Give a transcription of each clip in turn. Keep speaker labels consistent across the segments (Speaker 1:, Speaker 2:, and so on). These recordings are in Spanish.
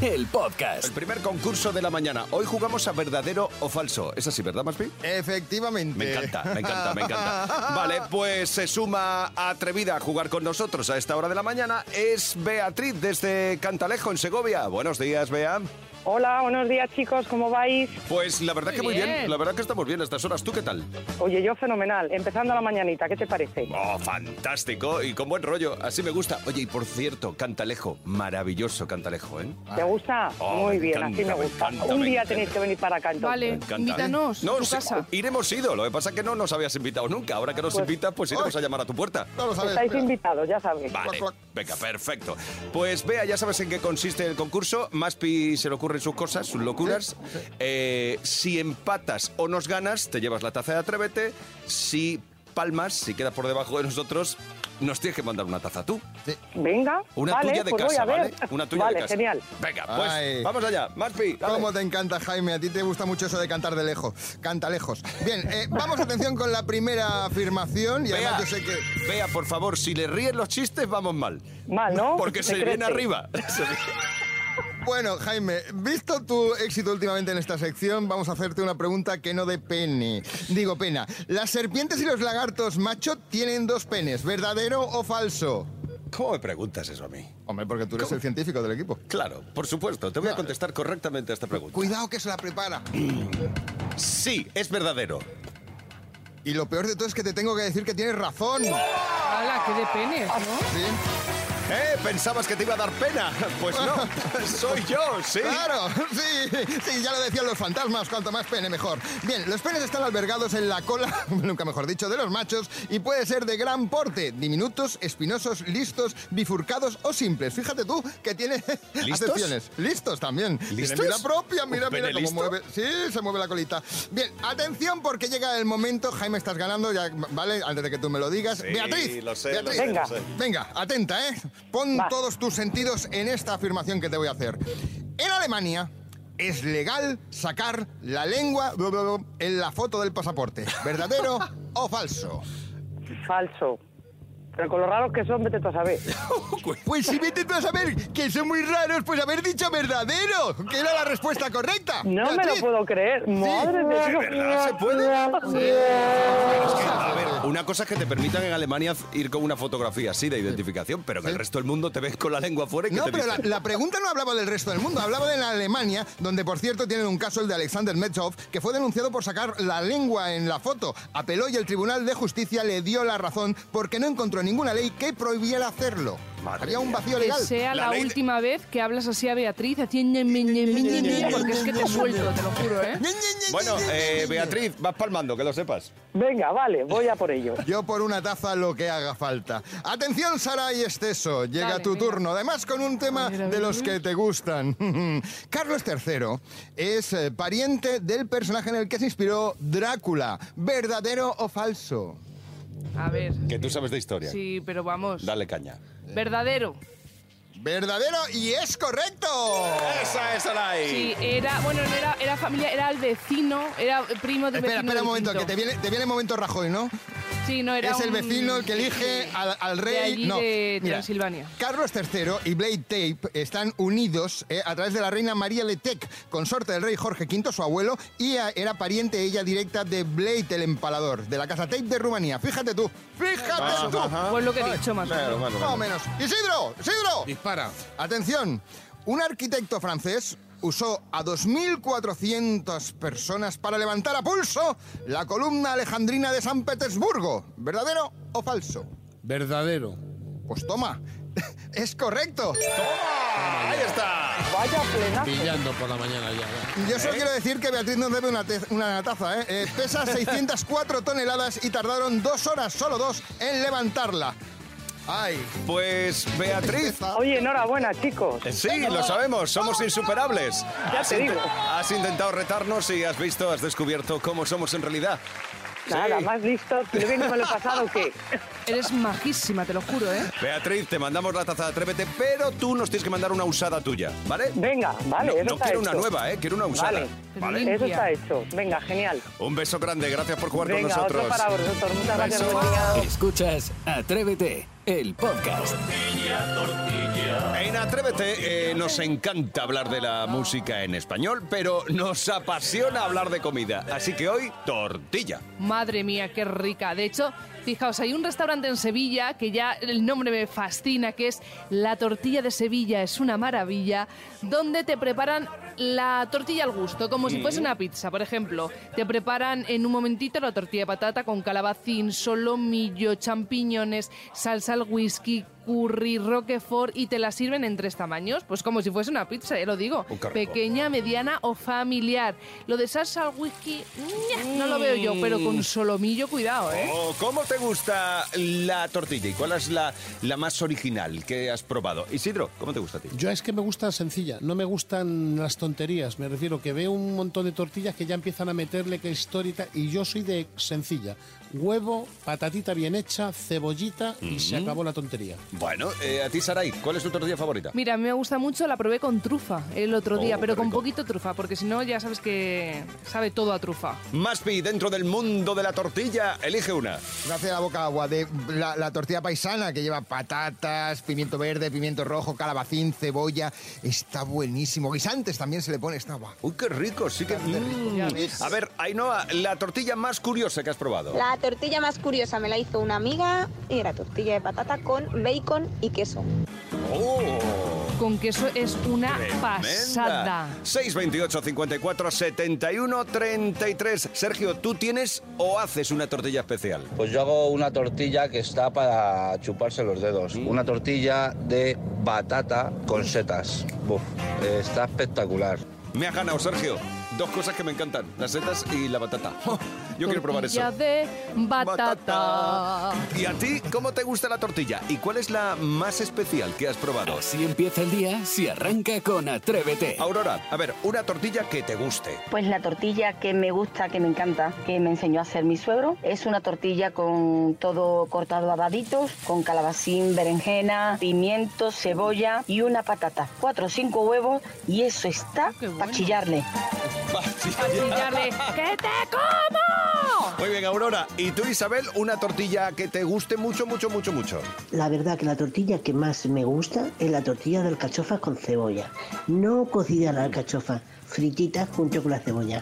Speaker 1: el
Speaker 2: El
Speaker 1: podcast.
Speaker 2: primer concurso de la mañana. Hoy jugamos a verdadero o falso. ¿Es así, verdad, Maspi?
Speaker 3: Efectivamente.
Speaker 2: Me encanta, me encanta, me encanta. Vale, pues se suma atrevida a jugar con nosotros a esta hora de la mañana. Es Beatriz desde Cantalejo, en Segovia. Buenos días, Bea.
Speaker 4: Hola, buenos días chicos, ¿cómo vais?
Speaker 2: Pues la verdad que muy bien.
Speaker 5: bien.
Speaker 2: la verdad que estamos bien a estas horas. ¿Tú qué tal?
Speaker 4: Oye, yo fenomenal, empezando la mañanita, ¿qué te parece?
Speaker 2: Oh, fantástico y con buen rollo. Así me gusta. Oye, y por cierto, Cantalejo, maravilloso Cantalejo, ¿eh?
Speaker 4: ¿Te gusta?
Speaker 2: Oh,
Speaker 4: Muy
Speaker 2: me
Speaker 4: bien,
Speaker 2: encanta,
Speaker 4: así me
Speaker 2: me
Speaker 4: gusta.
Speaker 2: encanta,
Speaker 4: Un
Speaker 2: me
Speaker 4: día
Speaker 2: encanta.
Speaker 4: tenéis que venir para acá entonces.
Speaker 5: Vale.
Speaker 2: Me encanta. ¿eh?
Speaker 5: Invítanos
Speaker 2: No,
Speaker 5: a tu
Speaker 2: sí,
Speaker 5: casa.
Speaker 2: Iremos ido. Lo que pasa es que no nos habías invitado nunca. Ahora que nos invitas, pues iremos a llamar a tu puerta.
Speaker 3: No lo sabes.
Speaker 4: Estáis
Speaker 3: espera.
Speaker 4: invitados, ya sabéis.
Speaker 2: Vale,
Speaker 3: Cuac, cuac.
Speaker 2: venga, perfecto. Pues vea, ya sabes en qué consiste el concurso. Maspi se le ocurren sus cosas, sus locuras. Eh, si empatas o nos ganas, te llevas la taza de Atrévete. Si palmas, si quedas por debajo de nosotros, nos tienes que mandar una taza tú.
Speaker 4: Venga,
Speaker 2: Una
Speaker 4: vale,
Speaker 2: tuya de
Speaker 4: pues
Speaker 2: casa,
Speaker 4: voy a
Speaker 2: ¿vale?
Speaker 4: ver.
Speaker 2: Una tuya
Speaker 4: vale,
Speaker 2: de casa.
Speaker 4: genial.
Speaker 2: Venga, pues
Speaker 3: Ay.
Speaker 2: vamos allá. Maspi, dale.
Speaker 3: ¿Cómo te encanta, Jaime? A ti te gusta mucho eso de cantar de lejos. Canta lejos. Bien, eh, vamos atención con la primera afirmación. Y
Speaker 2: Bea,
Speaker 3: además yo sé que...
Speaker 2: Bea, por favor, si le ríen los chistes, vamos mal.
Speaker 4: Mal, ¿no?
Speaker 2: Porque se
Speaker 4: Me
Speaker 2: viene
Speaker 4: crece.
Speaker 2: arriba. Se viene-
Speaker 3: Bueno, Jaime, visto tu éxito últimamente en esta sección, vamos a hacerte una pregunta que no de pene. Digo, pena. ¿Las serpientes y los lagartos macho tienen dos penes, verdadero o falso?
Speaker 2: ¿Cómo me preguntas eso a mí?
Speaker 3: Hombre, porque tú eres el científico del equipo.
Speaker 2: Claro, por supuesto. Te voy a
Speaker 3: Vale.
Speaker 2: contestar correctamente a esta pregunta.
Speaker 3: Cuidado que se la prepara.
Speaker 2: Sí, es verdadero.
Speaker 3: Y lo peor de todo es que te tengo que decir que tienes razón. ¿Sí?
Speaker 5: ¡Hala, qué de penes, ¿no?
Speaker 3: Ah,
Speaker 2: ¿Eh? ¿Pensabas que te iba a dar pena? Pues no, soy yo, sí.
Speaker 3: Claro, sí, sí, ya lo decían los fantasmas, cuanto más pene mejor. Bien, los penes están albergados en la cola, nunca mejor dicho, de los machos y puede ser de gran porte, diminutos, espinosos, listos, bifurcados o simples. Fíjate tú que tiene
Speaker 2: ¿Listos?
Speaker 3: acepciones. Listos también.
Speaker 2: ¿Listos?
Speaker 3: Tiene vida propia,
Speaker 2: ¿Un
Speaker 3: mira,
Speaker 2: pene
Speaker 3: mira cómo
Speaker 2: listo?
Speaker 3: mueve. Sí, se mueve la colita. Bien, atención porque llega el momento, Jaime, estás ganando, ya, ¿vale? Antes de que tú me lo digas.
Speaker 2: Sí,
Speaker 3: Beatriz,
Speaker 2: lo sé, lo
Speaker 3: Beatriz,
Speaker 4: lo
Speaker 2: sé,
Speaker 4: Venga.
Speaker 2: sé.
Speaker 3: Venga, atenta, ¿eh? Pon
Speaker 4: Va.
Speaker 3: todos tus sentidos en esta afirmación que te voy a hacer. En Alemania es legal sacar la lengua blu, blu, blu, en la foto del pasaporte. ¿Verdadero o falso?
Speaker 4: Falso. Pero con lo raros que son, vete tú a saber.
Speaker 3: Pues si vete tú a saber que son muy raros, pues haber dicho verdadero, que era la respuesta correcta.
Speaker 4: No me lo
Speaker 3: Beatriz.
Speaker 4: puedo creer. Madre de Dios.
Speaker 2: ¿Verdad? ¿Se puede? Es que, a ver, una cosa es que te permitan en Alemania ir con una fotografía así de identificación, pero que el resto del mundo te ves con la lengua fuera y que
Speaker 3: No,
Speaker 2: te
Speaker 3: pero la,
Speaker 2: dicen,
Speaker 3: la pregunta no hablaba del resto del mundo, hablaba de la Alemania, donde por cierto tienen un caso el de Alexander Metzov, que fue denunciado por sacar la lengua en la foto. Apeló y el Tribunal de Justicia le dio la razón porque no encontró ninguna ley que prohibiera hacerlo.
Speaker 2: Madre
Speaker 3: Había un
Speaker 2: mía.
Speaker 3: vacío
Speaker 5: Que
Speaker 3: legal.
Speaker 5: sea
Speaker 2: La
Speaker 5: la,
Speaker 2: ley de-
Speaker 5: última vez que hablas así a Beatriz, haciendo ñe, ñe, ñe, ñe, ñe, porque es que te suelto, te lo juro, ¿eh?
Speaker 2: Bueno, eh, Beatriz, vas palmando, que lo sepas.
Speaker 4: Venga, vale, voy a por ello.
Speaker 3: Yo por una taza lo que haga falta. Atención, Sara y Esteso, llega
Speaker 5: Dale,
Speaker 3: tu
Speaker 5: venga.
Speaker 3: turno. Además, con un tema
Speaker 5: A ver, a
Speaker 3: de
Speaker 5: ver.
Speaker 3: los que te gustan. Carlos III es eh, pariente del personaje en el que se inspiró Drácula. ¿Verdadero o falso?
Speaker 5: A ver.
Speaker 2: Que tú sabes de historia.
Speaker 5: Sí, pero vamos.
Speaker 2: Dale caña.
Speaker 5: Verdadero.
Speaker 3: Verdadero y es correcto.
Speaker 2: ¡Esa es Arai!
Speaker 5: Sí, era, bueno, no era, era familia, era el vecino, era primo de
Speaker 3: Espera,
Speaker 5: vecino.
Speaker 3: espera un momento, que
Speaker 5: distinto.
Speaker 3: te viene, te viene el momento Rajoy, ¿no?
Speaker 5: Sí, no, era
Speaker 3: es el
Speaker 5: un-
Speaker 3: vecino el que elige al, al
Speaker 5: de
Speaker 3: rey.
Speaker 5: allí
Speaker 3: no,
Speaker 5: de
Speaker 3: mira,
Speaker 5: Transilvania.
Speaker 3: Carlos III y Blade Tape están unidos eh, a través de la reina María Letec, consorte del rey Jorge V, su abuelo, y a- era pariente ella directa de Blade el Empalador, de la casa Tape de Rumanía. Fíjate tú, fíjate
Speaker 2: Ah,
Speaker 3: tú.
Speaker 5: Pues lo que he dicho más. o menos.
Speaker 3: Más o menos. Isidro, Isidro. Dispara. Atención, un arquitecto francés usó a 2.400 personas para levantar a pulso la columna alejandrina de San Petersburgo. ¿Verdadero o falso?
Speaker 6: Verdadero.
Speaker 3: Pues toma, es correcto.
Speaker 2: ¡Ahí está!
Speaker 4: Vaya plena.
Speaker 6: Pillando por la mañana ya. ya.
Speaker 3: Yo solo quiero decir que Beatriz nos debe una, te- una taza, ¿eh? Eh, Pesa 604 toneladas y tardaron dos horas, solo dos, en levantarla. ¡Ay!
Speaker 2: Pues Beatriz,
Speaker 3: tristeza.
Speaker 4: Oye, enhorabuena, chicos.
Speaker 2: Eh, Sí, lo sabemos, somos insuperables.
Speaker 4: Ya
Speaker 2: has,
Speaker 4: te digo.
Speaker 2: has intentado retarnos y has visto, has descubierto cómo somos en realidad.
Speaker 4: Nada,
Speaker 2: Sí.
Speaker 4: más listo. ¿Tú bien que me lo he pasado o qué?
Speaker 5: Eres majísima, te lo juro, ¿eh?
Speaker 2: Beatriz, te mandamos la taza de Atrévete, pero tú nos tienes que mandar una usada tuya, ¿vale?
Speaker 4: Venga, vale,
Speaker 2: No,
Speaker 4: eso
Speaker 2: no
Speaker 4: está
Speaker 2: quiero una
Speaker 4: hecho.
Speaker 2: nueva, ¿eh? Quiero una usada.
Speaker 4: Vale. Eso está hecho. Venga, genial.
Speaker 2: Un beso grande, gracias por jugar
Speaker 4: Venga,
Speaker 2: con nosotros.
Speaker 4: otro para vosotros. Muchas gracias.
Speaker 2: Beso.
Speaker 4: Venga.
Speaker 1: Escuchas Atrévete, el podcast.
Speaker 2: En Atrévete eh, nos encanta hablar de la música en español, pero nos apasiona hablar de comida. Así que hoy, tortilla.
Speaker 5: Madre mía, qué rica. De hecho, fijaos, hay un restaurante en Sevilla que ya el nombre me fascina, que es La Tortilla de Sevilla, es una maravilla, donde te preparan la tortilla al gusto, como si fuese una pizza, por ejemplo. Te preparan en un momentito la tortilla de patata con calabacín, solomillo, champiñones, salsa al whisky, curry, roquefort y te la sirven en tres tamaños, pues como si fuese una pizza, ya lo digo.
Speaker 2: Oh, qué rico.
Speaker 5: Pequeña, mediana o familiar. Lo de salsa al whisky, ¡ña! no lo veo yo, pero
Speaker 2: Mm.
Speaker 5: con solomillo, cuidado, ¿eh?
Speaker 2: Oh, ¿Cómo te gusta la tortilla y cuál es la, la más original que has probado? Isidro, ¿cómo te gusta a ti?
Speaker 6: Yo es que me gusta sencilla, no me gustan las tonterías, me refiero que veo un montón de tortillas que ya empiezan a meterle que histórica y yo soy de sencilla. Huevo, patatita bien hecha, cebollita y se acabó la tontería.
Speaker 2: Bueno, eh, a ti, Saray, ¿cuál es tu tortilla favorita?
Speaker 5: Mira, a mí me gusta mucho, la probé con trufa el otro
Speaker 2: Oh,
Speaker 5: día, pero
Speaker 2: qué
Speaker 5: con
Speaker 2: rico.
Speaker 5: poquito trufa, porque si no ya sabes que sabe todo a trufa.
Speaker 2: Maspi, dentro del mundo de la tortilla, elige una.
Speaker 3: Gracias a la boca agua de la, la tortilla paisana que lleva patatas, pimiento verde, pimiento rojo, calabacín, cebolla. Está buenísimo. Guisantes también se le pone, está guapo.
Speaker 2: Uy, qué rico, sí que... Mm.
Speaker 5: Ya ves.
Speaker 2: A ver, Ainhoa, la tortilla más curiosa que has probado.
Speaker 7: La tortilla más curiosa me la hizo una amiga y era tortilla de patata con bacon y queso.
Speaker 2: ¡Oh!
Speaker 5: Con queso es una pasada.
Speaker 2: 628 54 71 33. Sergio, ¿tú tienes o haces una tortilla especial?
Speaker 8: Pues yo hago una tortilla que está para chuparse los dedos.
Speaker 9: Mm.
Speaker 8: Una tortilla de batata con setas. Buf, eh, está espectacular.
Speaker 2: Me has ganado, Sergio. Dos cosas que me encantan, las setas y la batata. Yo quiero probar eso.
Speaker 5: Tortilla de batata.
Speaker 2: ¿Y a ti cómo te gusta la tortilla? ¿Y cuál es la más especial que has probado?
Speaker 1: Así empieza el día si arranca con Atrévete.
Speaker 2: Aurora, a ver, una tortilla que te guste.
Speaker 10: Pues la tortilla que me gusta, que me encanta, que me enseñó a hacer mi suegro, es una tortilla con todo cortado a vaditos, con calabacín, berenjena, pimiento, cebolla y una patata. Cuatro o cinco huevos y eso está
Speaker 5: Qué bueno.
Speaker 10: para chillarle.
Speaker 5: Chillarle, ¡que te como!
Speaker 2: Muy bien, Aurora. ¿Y tú, Isabel, una tortilla que te guste mucho, mucho, mucho, mucho?
Speaker 11: La verdad que la tortilla que más me gusta es la tortilla de alcachofas con cebolla. No cocida la alcachofa, fritita junto con la cebolla.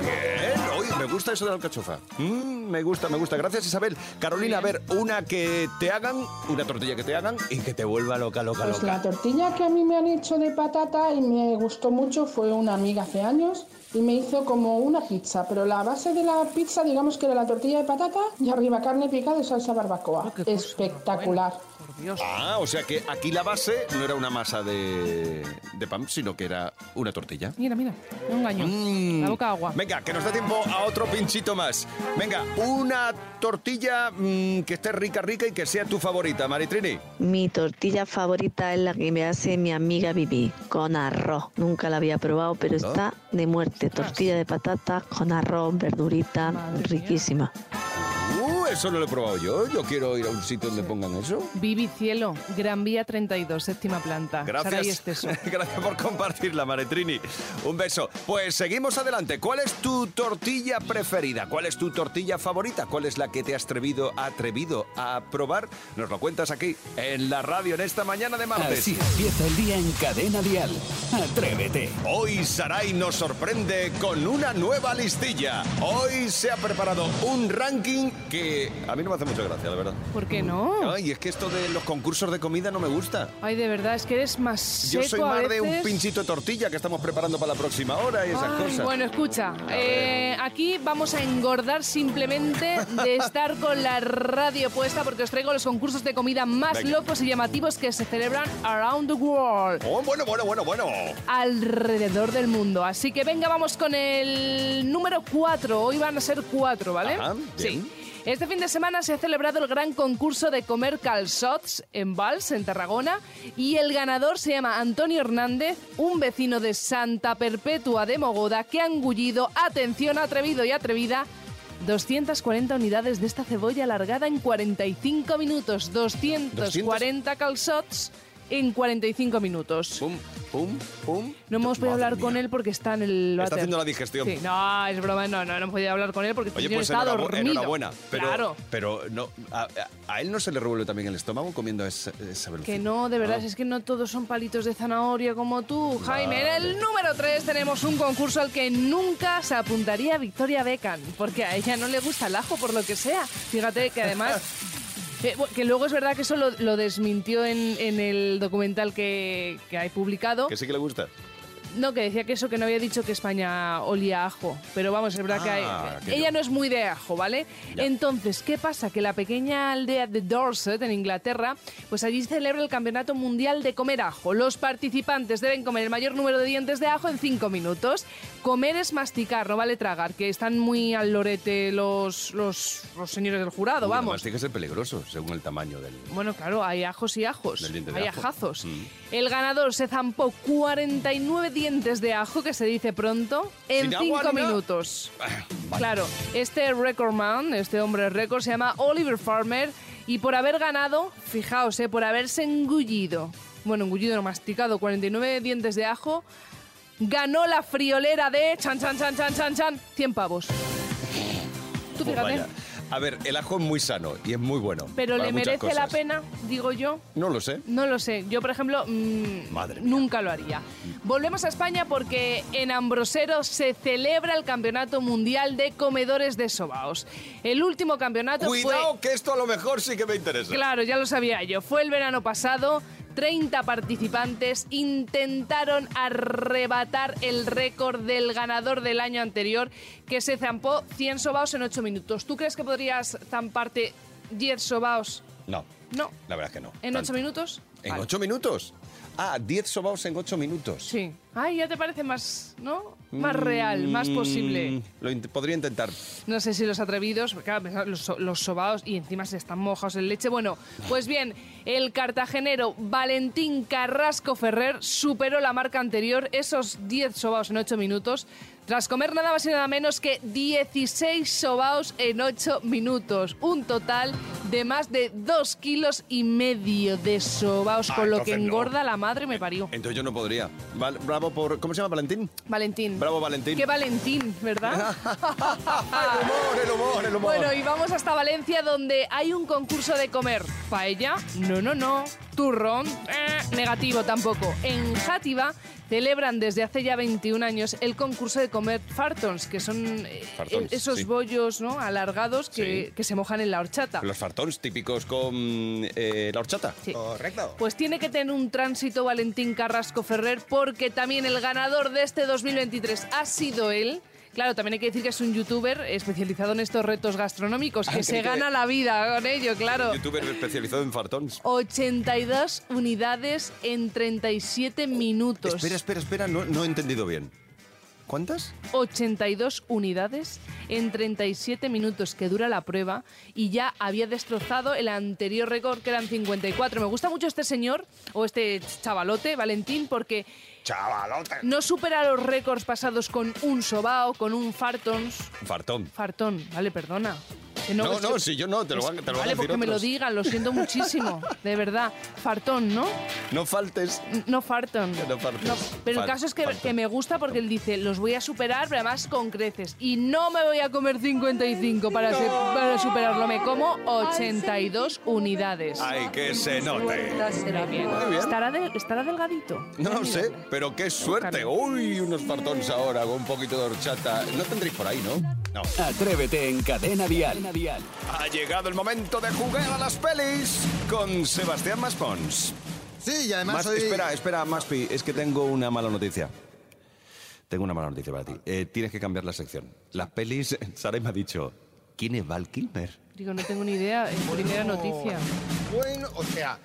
Speaker 2: Bien, hoy ¿Eh? me gusta eso de la alcachofa. Mm, me gusta, me gusta. Gracias, Isabel. Carolina, a ver, una que te hagan, una tortilla que te hagan y que te vuelva loca, loca,
Speaker 12: Pues la
Speaker 2: loca.
Speaker 12: tortilla que a mí me han hecho de patata y me gustó mucho fue una amiga hace años y me hizo como una pizza, pero la base de la pizza digamos que era la tortilla de patata y arriba carne picada y salsa
Speaker 5: Ah,
Speaker 12: barbacoa. Espectacular.
Speaker 5: Por Dios.
Speaker 2: Ah, o sea que aquí la base no era una masa de, de pan, sino que era una tortilla.
Speaker 5: Mira, mira, no engaño.
Speaker 2: Mm.
Speaker 5: La boca agua.
Speaker 2: Venga, que nos da tiempo a otro pinchito más. Venga, una tortilla mm, que esté rica, rica y que sea tu favorita, Maritrini.
Speaker 10: Mi tortilla favorita es la que me hace mi amiga Vivi, con arroz. Nunca la había probado, pero está de muerte. Tortilla de patatas con arroz, verdurita,
Speaker 5: Madre mía.
Speaker 10: riquísima.
Speaker 2: Uh, eso no lo he probado yo. Yo quiero ir a un sitio donde pongan eso.
Speaker 5: Vivi Cielo, Gran Vía 32, séptima planta. Saray
Speaker 2: Gracias.
Speaker 5: Esteso.
Speaker 2: Gracias por compartirla, Maretrini. Un beso. Pues seguimos adelante. ¿Cuál es tu tortilla preferida? ¿Cuál es tu tortilla favorita? ¿Cuál es la que te has atrevido, atrevido a probar? Nos lo cuentas aquí en la radio en esta mañana de martes.
Speaker 1: Así empieza el día en cadena dial. Atrévete.
Speaker 2: Hoy Sarai nos sorprende con una nueva listilla. Hoy se ha preparado un ranking que a mí no me hace mucha gracia, la verdad.
Speaker 5: ¿Por qué no?
Speaker 2: Mm. Ay, es que esto de los concursos de comida no me gusta.
Speaker 5: Ay, de verdad, es que eres más
Speaker 2: Yo
Speaker 5: seco
Speaker 2: soy
Speaker 5: a
Speaker 2: más de
Speaker 5: veces.
Speaker 2: un pinchito de tortilla que estamos preparando para la próxima hora y esas
Speaker 5: Ay,
Speaker 2: cosas.
Speaker 5: Bueno, escucha, eh, aquí vamos a engordar simplemente de estar con la radio puesta porque os traigo los concursos de comida más
Speaker 2: Venga.
Speaker 5: locos y llamativos que se celebran around the world,
Speaker 2: Oh, bueno, bueno, bueno, bueno.
Speaker 5: alrededor del mundo. Así que venga, vamos con el número 4. Hoy van a ser cuatro, ¿vale?
Speaker 2: Ajá, bien.
Speaker 5: sí. Este fin de semana se ha celebrado el gran concurso de comer calzots en Vals, en Tarragona, y el ganador se llama Antonio Hernández, un vecino de Santa Perpetua de Mogoda que ha engullido, atención atrevido y atrevida, 240 unidades de esta cebolla alargada en 45 minutos. 240 calzots en 45 minutos.
Speaker 2: Pum, pum, pum.
Speaker 5: No hemos podido hablar con él porque está en el
Speaker 2: Está
Speaker 5: váter.
Speaker 2: haciendo la digestión.
Speaker 5: Sí, no, es broma, no, no, no hemos podido hablar con él porque el
Speaker 2: Oye,
Speaker 5: señor
Speaker 2: pues
Speaker 5: está
Speaker 2: enhorabu-
Speaker 5: dormido.
Speaker 2: enhorabuena. Pero,
Speaker 5: claro.
Speaker 2: pero no, a, a él no se le revuelve también el estómago comiendo a esa, esa velocidad.
Speaker 5: Que no, de verdad,
Speaker 2: Ah.
Speaker 5: es que no todos son palitos de zanahoria como tú, Jaime. En
Speaker 2: Vale.
Speaker 5: el número 3 tenemos un concurso al que nunca se apuntaría Victoria Beckham, porque a ella no le gusta el ajo, por lo que sea. Fíjate que además... eh, bu- que luego es verdad que eso lo, lo desmintió en, en el documental que, que hay publicado.
Speaker 2: Que sí que le gusta.
Speaker 5: No, que decía que eso, que no había dicho que España olía a ajo. Pero vamos, es verdad
Speaker 2: Ah,
Speaker 5: que
Speaker 2: que
Speaker 5: ella no es muy de ajo, ¿vale? Entonces, ¿qué pasa? Que la pequeña aldea de Dorset, en Inglaterra, pues allí se celebra el Campeonato Mundial de Comer Ajo. Los participantes deben comer el mayor número de dientes de ajo en cinco minutos. Comer es masticar, no vale tragar, que están muy al lorete los, los, los señores del jurado,
Speaker 2: Uy,
Speaker 5: vamos.
Speaker 2: Además, tiene que ser peligroso según el tamaño del,
Speaker 5: Bueno, claro, hay ajos y ajos.
Speaker 2: del diente de
Speaker 5: Hay
Speaker 2: ajo.
Speaker 5: ajazos.
Speaker 2: Mm.
Speaker 5: El ganador se zampó 49 dientes de ajo, que se dice pronto, en
Speaker 2: Sin agua
Speaker 5: 5
Speaker 2: ni nada. Ah,
Speaker 5: minutos.
Speaker 2: Vale.
Speaker 5: Claro, este record man, este hombre récord, se llama Oliver Farmer y por haber ganado, fijaos, eh, por haberse engullido, bueno, engullido, no masticado, 49 dientes de ajo, ganó la friolera de chan, chan, chan, chan, chan, chan, 100 pavos. Tú
Speaker 2: Pues
Speaker 5: fíjate.
Speaker 2: vaya. A ver, el ajo es muy sano y es muy bueno.
Speaker 5: Pero
Speaker 2: para
Speaker 5: le
Speaker 2: muchas
Speaker 5: merece la
Speaker 2: cosas.
Speaker 5: pena, digo yo.
Speaker 2: No lo sé.
Speaker 5: No lo sé. Yo, por ejemplo, mm,
Speaker 2: Madre mía.
Speaker 5: nunca lo haría. Volvemos a España porque en Ambrosero se celebra el Campeonato Mundial de Comedores de Sobaos. El último campeonato
Speaker 2: Cuidado, que esto a lo mejor sí que me interesa.
Speaker 5: fue... Claro, ya lo sabía yo. Fue el verano pasado. 30 participantes intentaron arrebatar el récord del ganador del año anterior, que se zampó 100 sobaos en 8 minutos. ¿Tú crees que podrías zamparte 10 sobaos?
Speaker 2: No,
Speaker 5: No.
Speaker 2: la verdad es que no.
Speaker 5: ¿En 8
Speaker 2: Tanto.
Speaker 5: minutos?
Speaker 2: ¿En ocho minutos? Ah, 10 sobaos en ocho minutos.
Speaker 5: Sí. Ay, ya te parece más, ¿no? Más
Speaker 2: Mm,
Speaker 5: real, más posible.
Speaker 2: Lo int- podría intentar.
Speaker 5: No sé si los atrevidos, porque claro, pensad, los, so- los sobaos y encima se están mojados en leche. Bueno, pues bien, el cartagenero Valentín Carrasco Ferrer superó la marca anterior, esos 10 sobaos en 8 minutos, tras comer nada más y nada menos que 16 sobaos en 8 minutos. Un total de más de 2 kilos y medio de sobaos,
Speaker 2: Ah,
Speaker 5: con lo que
Speaker 2: entonces no.
Speaker 5: engorda la madre me parió.
Speaker 2: Entonces yo no podría. Val- bravo por. ¿Cómo se llama Valentín?
Speaker 5: Valentín.
Speaker 2: Bravo, Valentín.
Speaker 5: Qué Valentín, ¿verdad?
Speaker 2: el humor, el humor.
Speaker 5: Bueno, y vamos hasta Valencia donde hay un concurso de comer. Paella, no, no, no. Turrón, eh, negativo tampoco. En Játiva celebran desde hace ya 21 años el concurso de comer fartons, que son eh,
Speaker 2: Fartons,
Speaker 5: esos
Speaker 2: sí.
Speaker 5: bollos ¿no? alargados que,
Speaker 2: Sí.
Speaker 5: que se mojan en la horchata.
Speaker 2: Los fartons típicos con eh, la horchata.
Speaker 5: Sí.
Speaker 2: Correcto.
Speaker 5: Pues tiene que tener un tránsito Valentín Carrasco Ferrer porque también el ganador de este 2023 ha sido él. Claro, también hay que decir que es un youtuber especializado en estos retos gastronómicos, que
Speaker 2: Ah,
Speaker 5: se
Speaker 2: creí que-
Speaker 5: gana la vida con ello, claro.
Speaker 2: Youtuber especializado en fartons.
Speaker 5: 82 unidades en 37 minutos.
Speaker 2: Espera, espera, espera, no, no he entendido bien. ¿Cuántas?
Speaker 5: 82 unidades en 37 minutos que dura la prueba y ya había destrozado el anterior récord que eran 54. Me gusta mucho este señor o este chavalote, Valentín, porque
Speaker 2: ¡Chavalote!
Speaker 5: no supera los récords pasados con un sobao, con un fartons.
Speaker 2: Fartón.
Speaker 5: Fartón, vale, perdona. Que
Speaker 2: No, no,
Speaker 5: es que-
Speaker 2: si yo no, te lo
Speaker 5: es-
Speaker 2: van- te lo van a
Speaker 5: Vale,
Speaker 2: decir
Speaker 5: porque me lo
Speaker 2: otros.
Speaker 5: digan, lo siento muchísimo, de verdad. Fartón, ¿no?
Speaker 2: No faltes.
Speaker 5: No farton.
Speaker 2: No fartes.
Speaker 5: No, pero el
Speaker 2: Fal-
Speaker 5: caso es que,
Speaker 2: fartón.
Speaker 5: que me gusta porque él dice, los voy a superar, pero además con creces. Y no me voy a comer 55 para, se- para superarlo, me como 82 unidades.
Speaker 2: ¡Ay, que se note!
Speaker 5: Estará bien.
Speaker 2: Muy bien.
Speaker 5: Estará, del- estará delgadito.
Speaker 2: No lo sé, pero qué suerte. Uy, unos fartons ahora con un poquito de horchata. No tendréis por ahí, ¿no? No.
Speaker 1: Atrévete en Cadena Dial.
Speaker 2: Ha llegado el momento de jugar a las pelis con Sebastián Maspons.
Speaker 3: Sí, y además
Speaker 2: Mas-
Speaker 3: hoy-
Speaker 2: Espera, espera, Maspi, es que tengo una mala noticia. Tengo una mala noticia para ti. Eh, tienes que cambiar la sección. Las pelis, Sara me ha dicho, ¿quién es Val Kilmer?
Speaker 5: Digo, no tengo ni idea, es primera noticia.
Speaker 3: Bueno, o sea,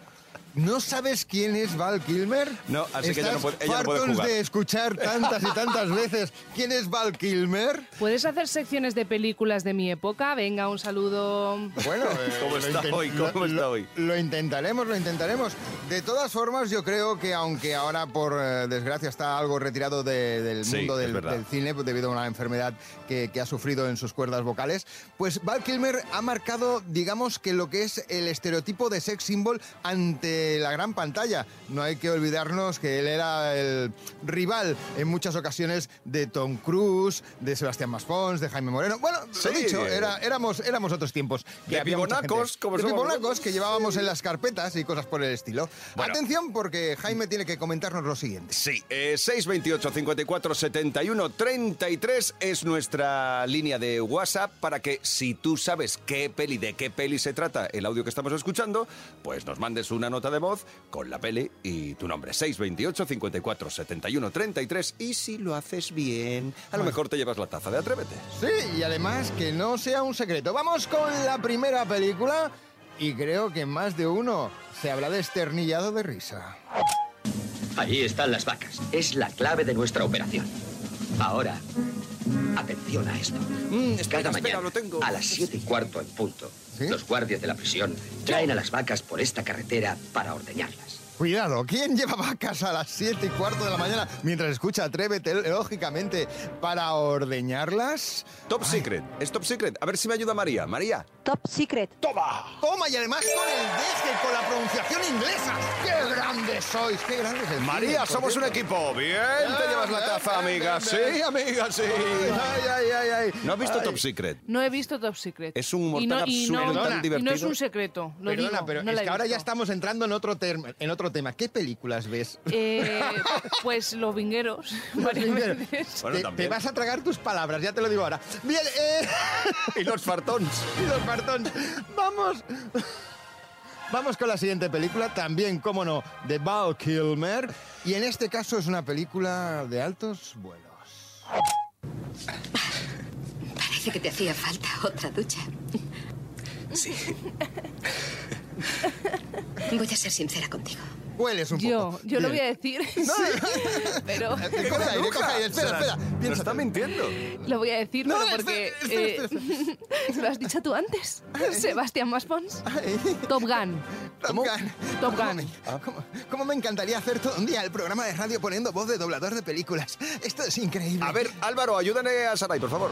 Speaker 3: ¿No sabes quién es Val Kilmer?
Speaker 2: No, así que ella no
Speaker 3: ¿Estás
Speaker 2: puede- ella no puede
Speaker 3: fartos
Speaker 2: jugar.
Speaker 3: de escuchar tantas y tantas veces quién es Val Kilmer?
Speaker 5: ¿Puedes hacer secciones de películas de mi época? Venga, un saludo.
Speaker 3: Bueno, eh,
Speaker 2: ¿Cómo
Speaker 3: lo
Speaker 2: está
Speaker 3: inten-
Speaker 2: hoy?
Speaker 3: lo-
Speaker 2: ¿Cómo está
Speaker 3: lo-
Speaker 2: hoy?
Speaker 3: Lo intentaremos, lo intentaremos. De todas formas, yo creo que aunque ahora por eh, desgracia está algo retirado de- del
Speaker 2: Sí,
Speaker 3: mundo
Speaker 2: es
Speaker 3: del,
Speaker 2: verdad.
Speaker 3: del cine pues, debido a una enfermedad que, que ha sufrido en sus cuerdas vocales, pues Val Kilmer ha marcado, digamos, que lo que es el estereotipo de sex symbol ante la gran pantalla. No hay que olvidarnos que él era el rival en muchas ocasiones de Tom Cruise, de Sebastián Maspons, de Jaime Moreno. Bueno,
Speaker 2: Sí.
Speaker 3: lo dicho, era, éramos, éramos otros tiempos. que
Speaker 2: De
Speaker 3: había mucha
Speaker 2: pibonacos,
Speaker 3: gente.
Speaker 2: como
Speaker 3: De
Speaker 2: somos
Speaker 3: pibonacos
Speaker 2: nosotros.
Speaker 3: que llevábamos en las carpetas y cosas por el estilo.
Speaker 2: Bueno.
Speaker 3: Atención, porque Jaime tiene que comentarnos lo siguiente.
Speaker 2: Sí, eh, 628 54 71 33 es nuestra línea de WhatsApp para que si tú sabes qué peli, de qué peli se trata el audio que estamos escuchando, pues nos mandes una nota de voz con la peli y tu nombre. 628 54 71 33 y si lo haces bien, a lo mejor te llevas la taza de Atrévete.
Speaker 9: Mm,
Speaker 3: Sí, y además que no sea un secreto. Vamos con la primera película y creo que más de uno se habrá desternillado de risa.
Speaker 9: Allí están las vacas. Es la clave de nuestra operación. Ahora, atención a esto. Cada mañana, a las siete y cuarto en punto, los guardias de la prisión traen a las vacas por esta carretera para ordeñarlas.
Speaker 3: Cuidado, ¿quién lleva vacas a las 7 y cuarto de la mañana mientras escucha Atrévete, lógicamente, para ordeñarlas?
Speaker 2: Top Secret, es Top Secret. A ver si me ayuda María. María.
Speaker 3: Top Secret. ¡Toma! ¡Toma! Y además con el deje, con la pronunciación inglesa. ¡Qué grandes sois! ¡Qué grandes! el cine,
Speaker 2: María,
Speaker 3: por
Speaker 2: somos un
Speaker 3: cierto!
Speaker 2: equipo. Bien, te
Speaker 3: Ah,
Speaker 2: llevas la
Speaker 9: Eh,
Speaker 3: bien,
Speaker 2: taza,
Speaker 3: bien,
Speaker 2: amiga.
Speaker 3: bien, bien.
Speaker 2: Sí, amiga, sí.
Speaker 3: Ay, ay, ay, ay.
Speaker 2: ¿No has visto
Speaker 3: Ay.
Speaker 2: Top Secret?
Speaker 5: No he visto Top Secret.
Speaker 2: Es un humor
Speaker 5: y no,
Speaker 2: tan
Speaker 5: y no-
Speaker 2: absurdo, tan
Speaker 5: y no es
Speaker 2: divertido.
Speaker 5: un secreto, lo
Speaker 3: Perdona,
Speaker 5: digo.
Speaker 3: pero
Speaker 5: no
Speaker 3: es
Speaker 5: la he
Speaker 3: que ahora ya
Speaker 5: visto.
Speaker 3: estamos entrando en otro, term- en otro tema. ¿Qué películas ves?
Speaker 5: Eh, pues los vingueros. varias veces.
Speaker 3: te, te vas a tragar tus palabras, ya te lo digo ahora. Bien, eh...
Speaker 2: y los fartons.
Speaker 3: y los fartons. Vamos. Vamos con la siguiente película, también, cómo no, de Val Kilmer. Y en este caso es una película de altos vuelos.
Speaker 13: Parece que te hacía falta otra ducha. Sí. Voy a ser sincera contigo.
Speaker 3: Hueles un
Speaker 5: Yo, yo lo voy a decir.
Speaker 2: Eh,
Speaker 5: pero
Speaker 3: Coge aire, coge aire. Espera, espera.
Speaker 2: Nos está mintiendo.
Speaker 5: lo voy a decir,
Speaker 3: No,
Speaker 5: pero porque
Speaker 3: espera, espera,
Speaker 5: eh, lo has dicho tú antes. Sebastián Maspons. Top Gun.
Speaker 3: Top Gun.
Speaker 5: Top Gun.
Speaker 2: Ah.
Speaker 3: ¿Cómo, cómo me encantaría hacer todo un día el programa de radio poniendo voz de doblador de películas? Esto es increíble.
Speaker 2: A ver, Álvaro, ayúdale a Saray, por favor.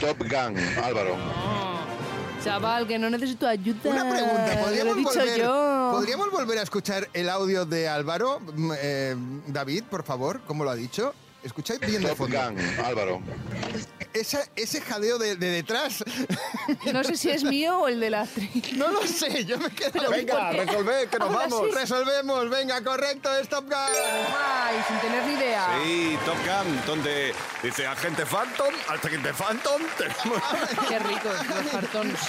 Speaker 2: Top Gun, Álvaro.
Speaker 5: Chaval, que no necesito ayuda.
Speaker 3: Una pregunta,
Speaker 5: Ah, Lo he
Speaker 3: ¿podríamos,
Speaker 5: dicho
Speaker 3: volver,
Speaker 5: yo.
Speaker 3: ¿podríamos volver a escuchar el audio de Álvaro? Mm, eh, David, por favor, ¿cómo lo ha dicho? Escucháis bien de
Speaker 8: Top
Speaker 3: fondo.
Speaker 8: Gun, Álvaro.
Speaker 3: Esa- ese jadeo de, de detrás.
Speaker 5: No sé si es mío o el de la actriz.
Speaker 3: No lo sé, yo me quedo...
Speaker 5: Pero ¿por qué? Aún así-
Speaker 3: Resolvemos, venga, correcto, es Top Gun.
Speaker 5: Ay, sin tener ni
Speaker 3: Ah.
Speaker 5: idea.
Speaker 2: Sí, Top Gun, donde dice agente Phantom, agente Phantom. tenemos-
Speaker 5: Qué ricos los fartones.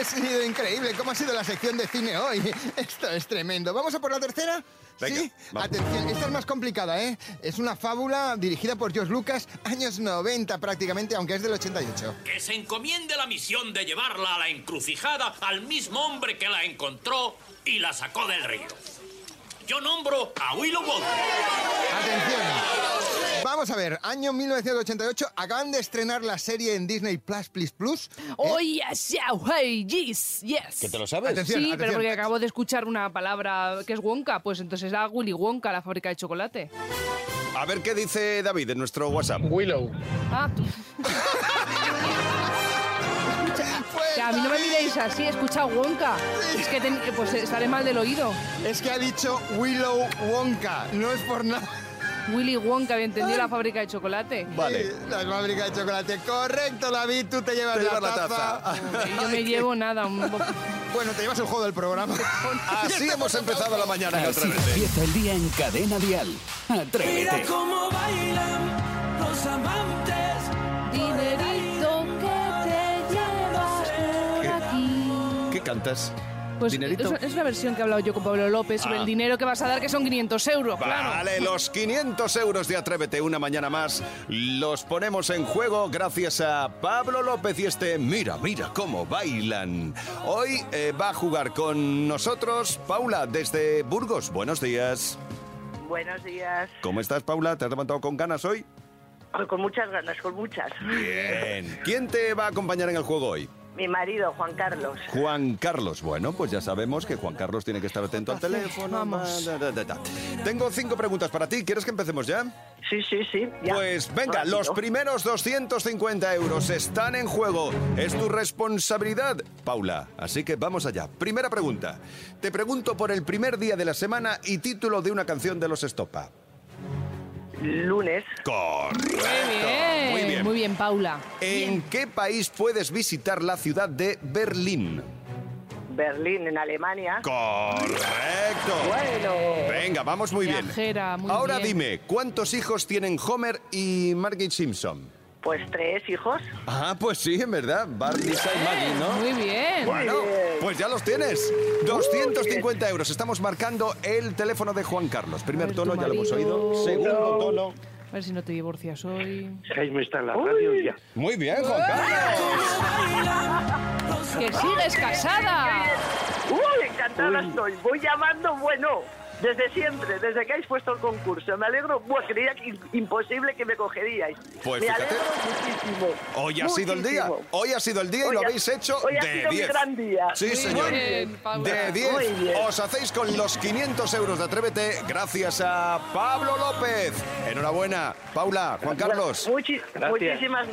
Speaker 3: Ha sido increíble cómo ha sido la sección de cine hoy. Esto es tremendo. ¿Vamos a por la tercera?
Speaker 2: Venga,
Speaker 3: sí,
Speaker 2: vamos.
Speaker 3: atención, esta es más complicada, ¿eh? Es una fábula dirigida por George Lucas, años 90 prácticamente, aunque es del 88.
Speaker 14: Que se encomiende la misión de llevarla a la encrucijada al mismo hombre que la encontró y la sacó del río. Yo nombro a Willow
Speaker 3: Vamos a ver, año 1988, acaban de estrenar la serie en Disney Plus, Plus, Plus.
Speaker 5: Oh, yes, yeah, hey, yes, yes.
Speaker 3: ¿Que te lo sabes? Atención,
Speaker 5: sí, pero
Speaker 3: atención.
Speaker 5: porque acabo de escuchar una palabra que es Wonka, pues entonces era Willy Wonka, la fábrica de chocolate.
Speaker 2: A ver qué dice David en nuestro WhatsApp. Willow.
Speaker 5: Ah, tú. Que a mí no me miréis así, he escuchado Wonka. Es que ten- eh, pues estaré mal del oído.
Speaker 3: Es que ha dicho Willow Wonka, no es por nada.
Speaker 5: Willy Wonka, había entendido la fábrica de chocolate.
Speaker 3: Vale. Eh, La fábrica de chocolate. Correcto, David, tú te llevas,
Speaker 2: Te llevas la
Speaker 5: Y Yo me llevo nada. un bo-
Speaker 3: Bueno, te llevas el juego del programa.
Speaker 2: Así hemos empezado la mañana en
Speaker 1: Así
Speaker 2: Atrévete.
Speaker 1: empieza el día en Cadena Dial. Atrévete.
Speaker 15: cómo bailan los amantes.
Speaker 5: Dinerito que te llevas por aquí.
Speaker 2: ¿Qué cantas?
Speaker 5: Pues
Speaker 2: ¿Dinerito?
Speaker 5: Es, es la versión que he hablado yo con Pablo López sobre
Speaker 2: Ah.
Speaker 5: el dinero que vas a dar, que son 500 euros, claro.
Speaker 2: Vale, los 500 euros de Atrévete una mañana más los ponemos en juego gracias a Pablo López y este Mira, mira cómo bailan. Hoy eh, va a jugar con nosotros Paula desde Burgos. Buenos días.
Speaker 16: Buenos días.
Speaker 2: ¿Cómo estás, Paula? ¿Te has levantado con ganas hoy?
Speaker 16: Ay, Con muchas ganas, con muchas.
Speaker 2: Bien. ¿Quién te va a acompañar en el juego hoy?
Speaker 16: Mi marido, Juan Carlos.
Speaker 2: Juan Carlos. Bueno, pues ya sabemos que Juan Carlos tiene que estar atento al
Speaker 16: JC,
Speaker 2: teléfono.
Speaker 16: vamos.
Speaker 2: ma, da, da, da, da. Tengo cinco preguntas para ti. ¿Quieres que empecemos ya?
Speaker 16: Sí, sí, sí. ya.
Speaker 2: Pues venga,
Speaker 16: Rápido.
Speaker 2: los primeros 250 euros están en juego. Es tu responsabilidad, Paula. Así que vamos allá. Primera pregunta. Te pregunto por el primer día de la semana y título de una canción de los Estopa.
Speaker 16: Lunes.
Speaker 2: Correcto. Muy bien.
Speaker 5: Muy bien, Paula.
Speaker 2: ¿En qué país puedes visitar la ciudad de Berlín?
Speaker 16: Berlín, en Alemania.
Speaker 2: Correcto.
Speaker 16: Bueno.
Speaker 2: Venga, vamos muy bien.
Speaker 5: Viajera, muy
Speaker 2: Ahora
Speaker 5: bien.
Speaker 2: dime, ¿cuántos hijos tienen Homer y Margaret Simpson?
Speaker 16: Pues tres hijos.
Speaker 2: Ah, pues sí, en verdad. Bart, Lisa y Maggie, ¿no?
Speaker 5: Muy bien.
Speaker 2: Bueno, pues ya los tienes. 250 euros. Estamos marcando el teléfono de Juan Carlos. Primer tono, ya lo hemos oído. Segundo tono.
Speaker 5: A ver si no te divorcias hoy.
Speaker 2: Jaime está en la radio ya. Muy bien, Juan Carlos.
Speaker 5: ¡Que sigues casada!
Speaker 16: ¡Uy, encantada estoy! Voy llamando, bueno, desde siempre, desde que habéis puesto el concurso. Me alegro, bueno, creía que im- imposible que me cogeríais.
Speaker 2: Pues
Speaker 16: me
Speaker 2: fíjate.
Speaker 16: alegro muchísimo.
Speaker 2: Hoy ha sido el día.
Speaker 16: muchísimo.
Speaker 2: Hoy ha sido el día y
Speaker 16: Hoy
Speaker 2: lo
Speaker 16: ha-
Speaker 2: habéis hecho
Speaker 16: hoy ha
Speaker 2: de
Speaker 16: sido mi
Speaker 2: 10.
Speaker 16: gran día.
Speaker 2: Sí,
Speaker 16: Muy
Speaker 2: señor.
Speaker 16: bien, Paula.
Speaker 2: de
Speaker 16: Muy
Speaker 2: 10.
Speaker 16: bien.
Speaker 2: Os hacéis con los 500 euros de Atrévete gracias a Pablo López. Enhorabuena, Paula, Juan Carlos.
Speaker 16: Muchi- Muchísimas gracias. muchísimas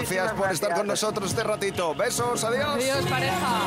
Speaker 2: Gracias por estar
Speaker 16: gracias.
Speaker 2: con nosotros este ratito. Besos, adiós.
Speaker 5: Adiós, pareja.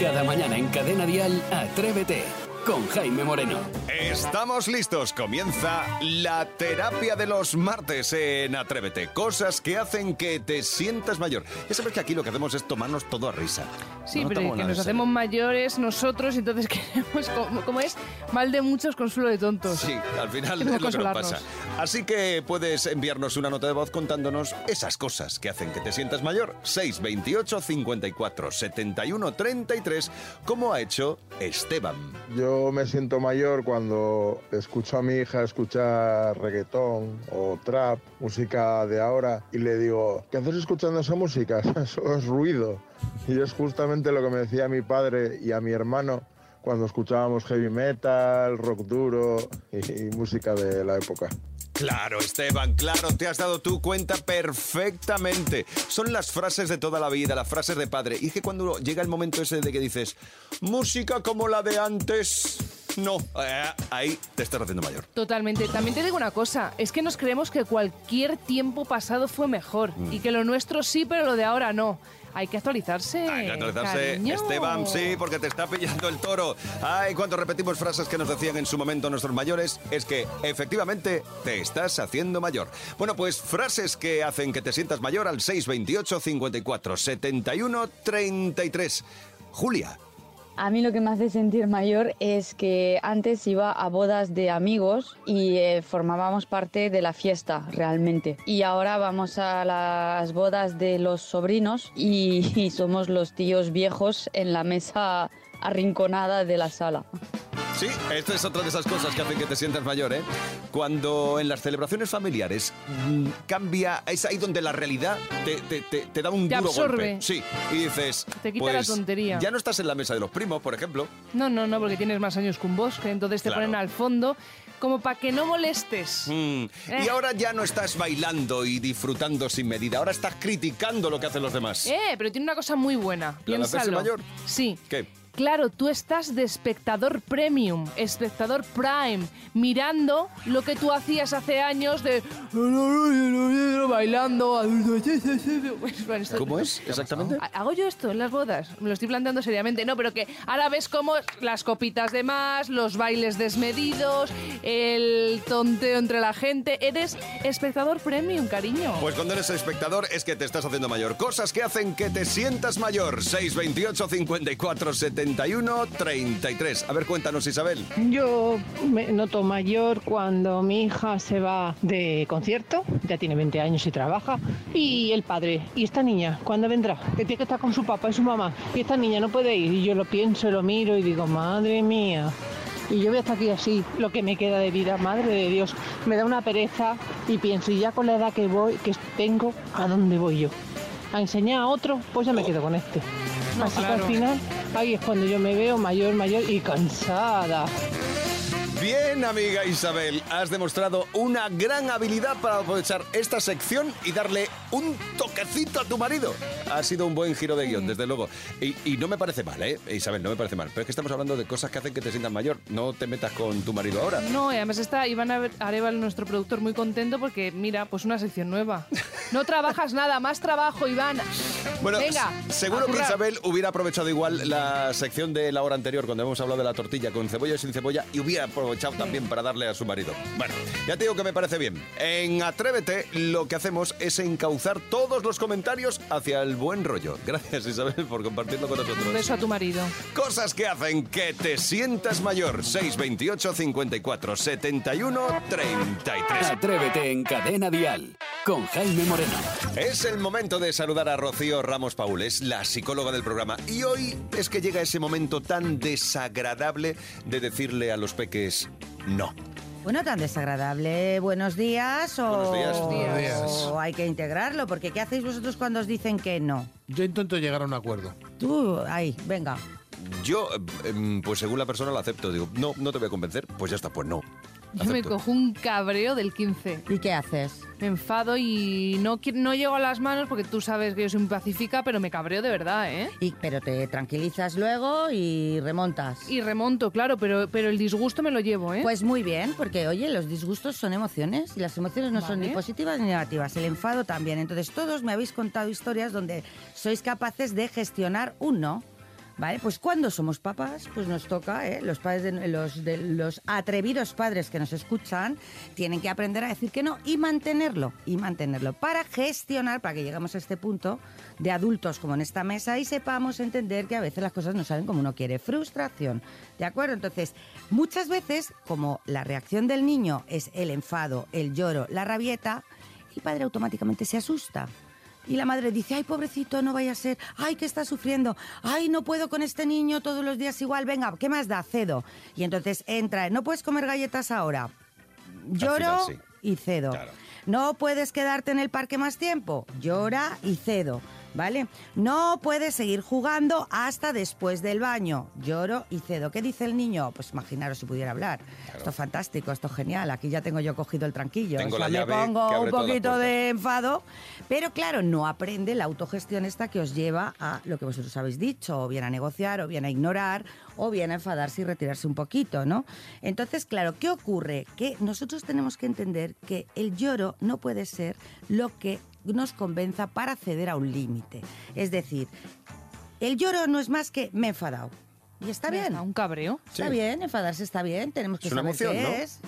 Speaker 1: Cada mañana en Cadena Dial, Atrévete con Jaime Moreno.
Speaker 2: Estamos listos. Comienza la terapia de los martes en Atrévete. Cosas que hacen que te sientas mayor. Ya sabes que aquí lo que hacemos es tomarnos todo a risa.
Speaker 5: Sí,
Speaker 2: No
Speaker 5: pero
Speaker 2: tomamos
Speaker 5: que
Speaker 2: nada
Speaker 5: nos
Speaker 2: en serio.
Speaker 5: hacemos mayores nosotros y entonces queremos, como, como es, mal de muchos, consuelo de tontos.
Speaker 2: Sí, al final es lo
Speaker 5: Queremos
Speaker 2: que nos
Speaker 5: consolarnos.
Speaker 2: pasa. Así que puedes enviarnos una nota de voz contándonos esas cosas que hacen que te sientas mayor. 628 54 71 33, como ha hecho Esteban.
Speaker 17: Yo me siento mayor cuando escucho a mi hija escuchar reggaetón o trap, música de ahora, y le digo, ¿qué haces escuchando esa música? Eso es ruido. Y es justamente lo que me decía mi padre y a mi hermano cuando escuchábamos heavy metal, rock duro y- y música de la época.
Speaker 2: Claro, Esteban, claro, te has dado tu cuenta perfectamente. Son las frases de toda la vida, las frases de padre. Y es que cuando llega el momento ese de que dices, música como la de antes, no, eh, ahí te estás haciendo mayor.
Speaker 5: Totalmente. También te digo una cosa, es que nos creemos que cualquier tiempo pasado fue mejor y
Speaker 2: Mm.
Speaker 5: que lo nuestro sí, pero lo de ahora no. Hay que actualizarse.
Speaker 2: Hay que actualizarse,
Speaker 5: cariño.
Speaker 2: eh, Esteban, sí, porque te está pillando el toro. Ay, cuando repetimos frases que nos decían en su momento nuestros mayores, es que efectivamente te estás haciendo mayor. Bueno, pues frases que hacen que te sientas mayor al 628 54 71 33. Julia.
Speaker 18: A mí lo que me hace sentir mayor es que antes iba a bodas de amigos y eh, formábamos parte de la fiesta realmente. Y ahora vamos a las bodas de los sobrinos y, y somos los tíos viejos en la mesa arrinconada de la sala.
Speaker 2: Sí, esta es otra de esas cosas que hacen que te sientas mayor, ¿eh? Cuando en las celebraciones familiares mm, cambia, es ahí donde la realidad te, te- te- te da un
Speaker 5: Te
Speaker 2: duro
Speaker 5: absorbe.
Speaker 2: golpe. Sí, y dices.
Speaker 5: Te quita la
Speaker 2: pues,
Speaker 5: tontería.
Speaker 2: Ya no estás en la mesa de los primos, por ejemplo.
Speaker 5: No, no, no, porque tienes más años que un bosque, entonces te
Speaker 2: Claro.
Speaker 5: ponen al fondo como para que no molestes.
Speaker 2: Mm, Y
Speaker 5: Eh.
Speaker 2: ahora ya no estás bailando y disfrutando sin medida, ahora estás criticando lo que hacen los demás.
Speaker 5: Eh, pero tiene una cosa muy buena.
Speaker 2: ¿La de hacerse
Speaker 5: Piénsalo.
Speaker 2: mayor?
Speaker 5: Sí.
Speaker 2: ¿Qué?
Speaker 5: Claro, tú estás de espectador premium, espectador prime, mirando lo que tú hacías hace años de bailando. Pues, Bueno, esto-
Speaker 2: ¿Cómo es exactamente?
Speaker 5: ¿Hago yo esto en las bodas? Me lo estoy planteando seriamente. No, pero que ahora ves cómo las copitas de más, los bailes desmedidos, el tonteo entre la gente. Eres espectador premium, cariño.
Speaker 2: Pues cuando eres espectador es que te estás haciendo mayor. Cosas que hacen que te sientas mayor. 628 54 71 71 33. A ver, cuéntanos, Isabel.
Speaker 19: Yo me noto mayor cuando mi hija se va de concierto, ya tiene 20 años y trabaja, y el padre, ¿y esta niña cuándo vendrá? Que tiene que estar con su papá y su mamá, y esta niña no puede ir, y yo lo pienso, lo miro y digo, madre mía. Y yo voy hasta aquí así, lo que me queda de vida, madre de Dios. Me da una pereza y pienso, y ya con la edad que voy, que tengo, ¿a dónde voy yo? ¿A enseñar a otro? Pues ya me quedo con este.
Speaker 5: No,
Speaker 19: así que
Speaker 5: claro.
Speaker 19: al final, ahí es cuando yo me veo mayor, mayor y cansada.
Speaker 2: Bien, amiga Isabel, has demostrado una gran habilidad para aprovechar esta sección y darle un toquecito a tu marido. Ha sido un buen giro de guión, desde luego. Y, y no me parece mal, ¿eh? Isabel, no me parece mal. Pero es que estamos hablando de cosas que hacen que te sientas mayor. No te metas con tu marido ahora.
Speaker 5: No, y además está Iván Are- Areval, nuestro productor, muy contento porque, mira, pues una sección nueva. No trabajas nada, más trabajo, Iván.
Speaker 2: Bueno,
Speaker 5: Venga,
Speaker 2: s- seguro
Speaker 5: a
Speaker 2: que
Speaker 5: currar.
Speaker 2: Isabel hubiera aprovechado igual la sección de la hora anterior cuando hemos hablado de la tortilla con cebolla y sin cebolla y hubiera aprovechado también para darle a su marido. Bueno, ya te digo que me parece bien. En Atrévete lo que hacemos es encauzar todos los comentarios hacia el buen rollo. Gracias Isabel por compartirlo con
Speaker 5: Un
Speaker 2: nosotros.
Speaker 5: beso a tu marido.
Speaker 2: Cosas que hacen que te sientas mayor. 628 54 71 33.
Speaker 1: Atrévete en Cadena Dial con Jaime Moreno.
Speaker 2: Es el momento de saludar a Rocío Ramos Paul, es la psicóloga del programa. Y hoy es que llega ese momento tan desagradable de decirle a los peques no.
Speaker 20: Bueno, tan desagradable. Buenos días o,
Speaker 2: Buenos días. Buenos días.
Speaker 20: o hay que integrarlo, porque ¿qué hacéis vosotros cuando os dicen que no?
Speaker 6: Yo intento llegar a un acuerdo.
Speaker 20: Tú, ahí, venga.
Speaker 2: Yo, eh, em, pues según la persona, la acepto. Digo, no, no te voy a convencer. Pues ya está, pues no.
Speaker 5: Yo me
Speaker 2: Acepto.
Speaker 5: cojo un cabreo del 15.
Speaker 20: ¿Y qué haces?
Speaker 5: Me enfado y no, qui- no llego a las manos porque tú sabes que yo soy muy pacífica, pero me cabreo de verdad, ¿eh?
Speaker 20: Y, pero te tranquilizas luego y remontas.
Speaker 5: Y remonto, claro, pero, pero el disgusto me lo llevo, ¿eh?
Speaker 20: Pues muy bien, porque oye, los disgustos son emociones y las emociones no son ni
Speaker 5: Vale.
Speaker 20: positivas ni negativas, el enfado también. Entonces todos me habéis contado historias donde sois capaces de gestionar un no. Vale, pues cuando somos papás, pues nos toca, ¿eh? los padres de los, de los atrevidos padres que nos escuchan tienen que aprender a decir que no y mantenerlo, y mantenerlo para gestionar, para que llegamos a este punto de adultos como en esta mesa y sepamos entender que a veces las cosas no salen como uno quiere, frustración, ¿de acuerdo? Entonces, muchas veces como la reacción del niño es el enfado, el lloro, la rabieta, el padre automáticamente se asusta. Y la madre dice, ay, pobrecito, no vaya a ser, ay, que está sufriendo, ay, no puedo con este niño todos los días igual, venga, ¿qué más da? Cedo. Y entonces entra, no puedes comer galletas ahora. Lloro
Speaker 21: final sí.
Speaker 20: y cedo. No puedes quedarte en el parque más tiempo. Llora y cedo. ¿Vale? No puedes seguir jugando hasta después del baño. Lloro y cedo. ¿Qué dice el niño? Pues imaginaros si pudiera hablar. Esto es fantástico, esto es genial. Aquí ya tengo yo cogido el tranquillo.
Speaker 21: Tengo
Speaker 20: O
Speaker 21: la
Speaker 20: sea, me
Speaker 21: llave
Speaker 20: pongo
Speaker 21: que abre
Speaker 20: un
Speaker 21: todas las
Speaker 20: poquito
Speaker 21: puertas.
Speaker 20: de enfado. Pero claro, no aprende la autogestión esta que os lleva a lo que vosotros habéis dicho, o bien a negociar, o bien a ignorar, o bien a enfadarse y retirarse un poquito, ¿no? Entonces, claro, ¿qué ocurre? Que nosotros tenemos que entender que el lloro no puede ser lo que nos convenza para ceder a un límite. Es decir, el lloro no es más que me he enfadado. Y está bien.
Speaker 5: Un cabreo.
Speaker 20: Está
Speaker 5: Sí.
Speaker 20: bien, enfadarse está bien, tenemos que
Speaker 5: Es una
Speaker 20: saber qué
Speaker 5: emoción, ¿no?
Speaker 20: es.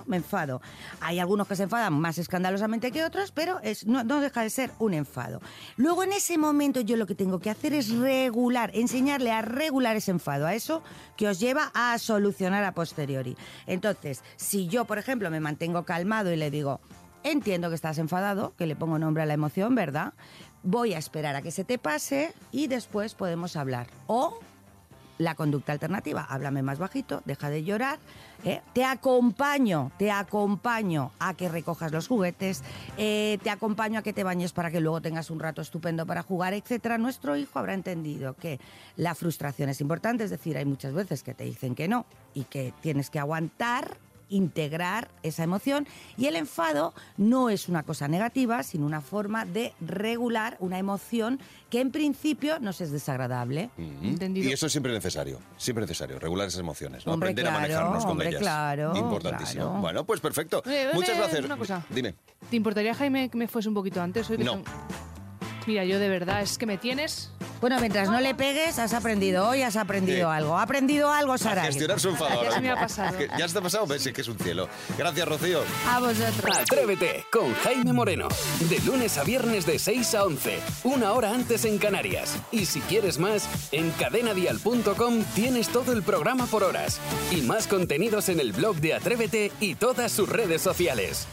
Speaker 20: ¿No? Me enfado. Hay algunos que se enfadan más escandalosamente que otros, pero es, no, no deja de ser un enfado. Luego, en ese momento, yo lo que tengo que hacer es regular, enseñarle a regular ese enfado, a eso que os lleva a solucionar a posteriori. Entonces, si yo, por ejemplo, me mantengo calmado y le digo, entiendo que estás enfadado, que le pongo nombre a la emoción, ¿verdad? Voy a esperar a que se te pase y después podemos hablar. O la conducta alternativa. Háblame más bajito, deja de llorar. ¿eh? Te acompaño, te acompaño a que recojas los juguetes, eh, te acompaño a que te bañes para que luego tengas un rato estupendo para jugar, etcétera. Nuestro hijo habrá entendido que la frustración es importante, es decir, hay muchas veces que te dicen que no y que tienes que aguantar integrar esa emoción y el enfado no es una cosa negativa, sino una forma de regular una emoción que en principio nos es desagradable.
Speaker 2: Mm. Y eso es siempre necesario, siempre necesario, regular esas emociones, ¿no?
Speaker 20: Hombre,
Speaker 2: aprender a
Speaker 20: claro,
Speaker 2: manejarnos con
Speaker 20: hombre,
Speaker 2: ellas.
Speaker 20: claro,
Speaker 2: Importantísimo.
Speaker 20: claro.
Speaker 2: Bueno, pues perfecto.
Speaker 5: Eh, eh,
Speaker 2: Muchas
Speaker 5: eh,
Speaker 2: gracias.
Speaker 5: una cosa.
Speaker 2: Dime.
Speaker 5: ¿Te importaría, Jaime, que me fuese un poquito antes? Hoy que
Speaker 2: No.
Speaker 5: tengo- Mira, yo de verdad, es que me tienes
Speaker 20: Bueno, mientras no le pegues, has aprendido hoy, has aprendido
Speaker 2: Sí.
Speaker 20: algo. ¿Ha aprendido algo, Sara?
Speaker 2: A gestionar su enfado. ahora
Speaker 20: Ya se me ha
Speaker 2: mismo.
Speaker 20: pasado.
Speaker 2: Que- ¿Ya se te ha pasado? Ves, es que es un cielo. Gracias, Rocío.
Speaker 20: A vosotros.
Speaker 1: Atrévete con Jaime Moreno. De lunes a viernes de 6 a 11. Una hora antes en Canarias. Y si quieres más, en cadenadial.com tienes todo el programa por horas. Y más contenidos en el blog de Atrévete y todas sus redes sociales.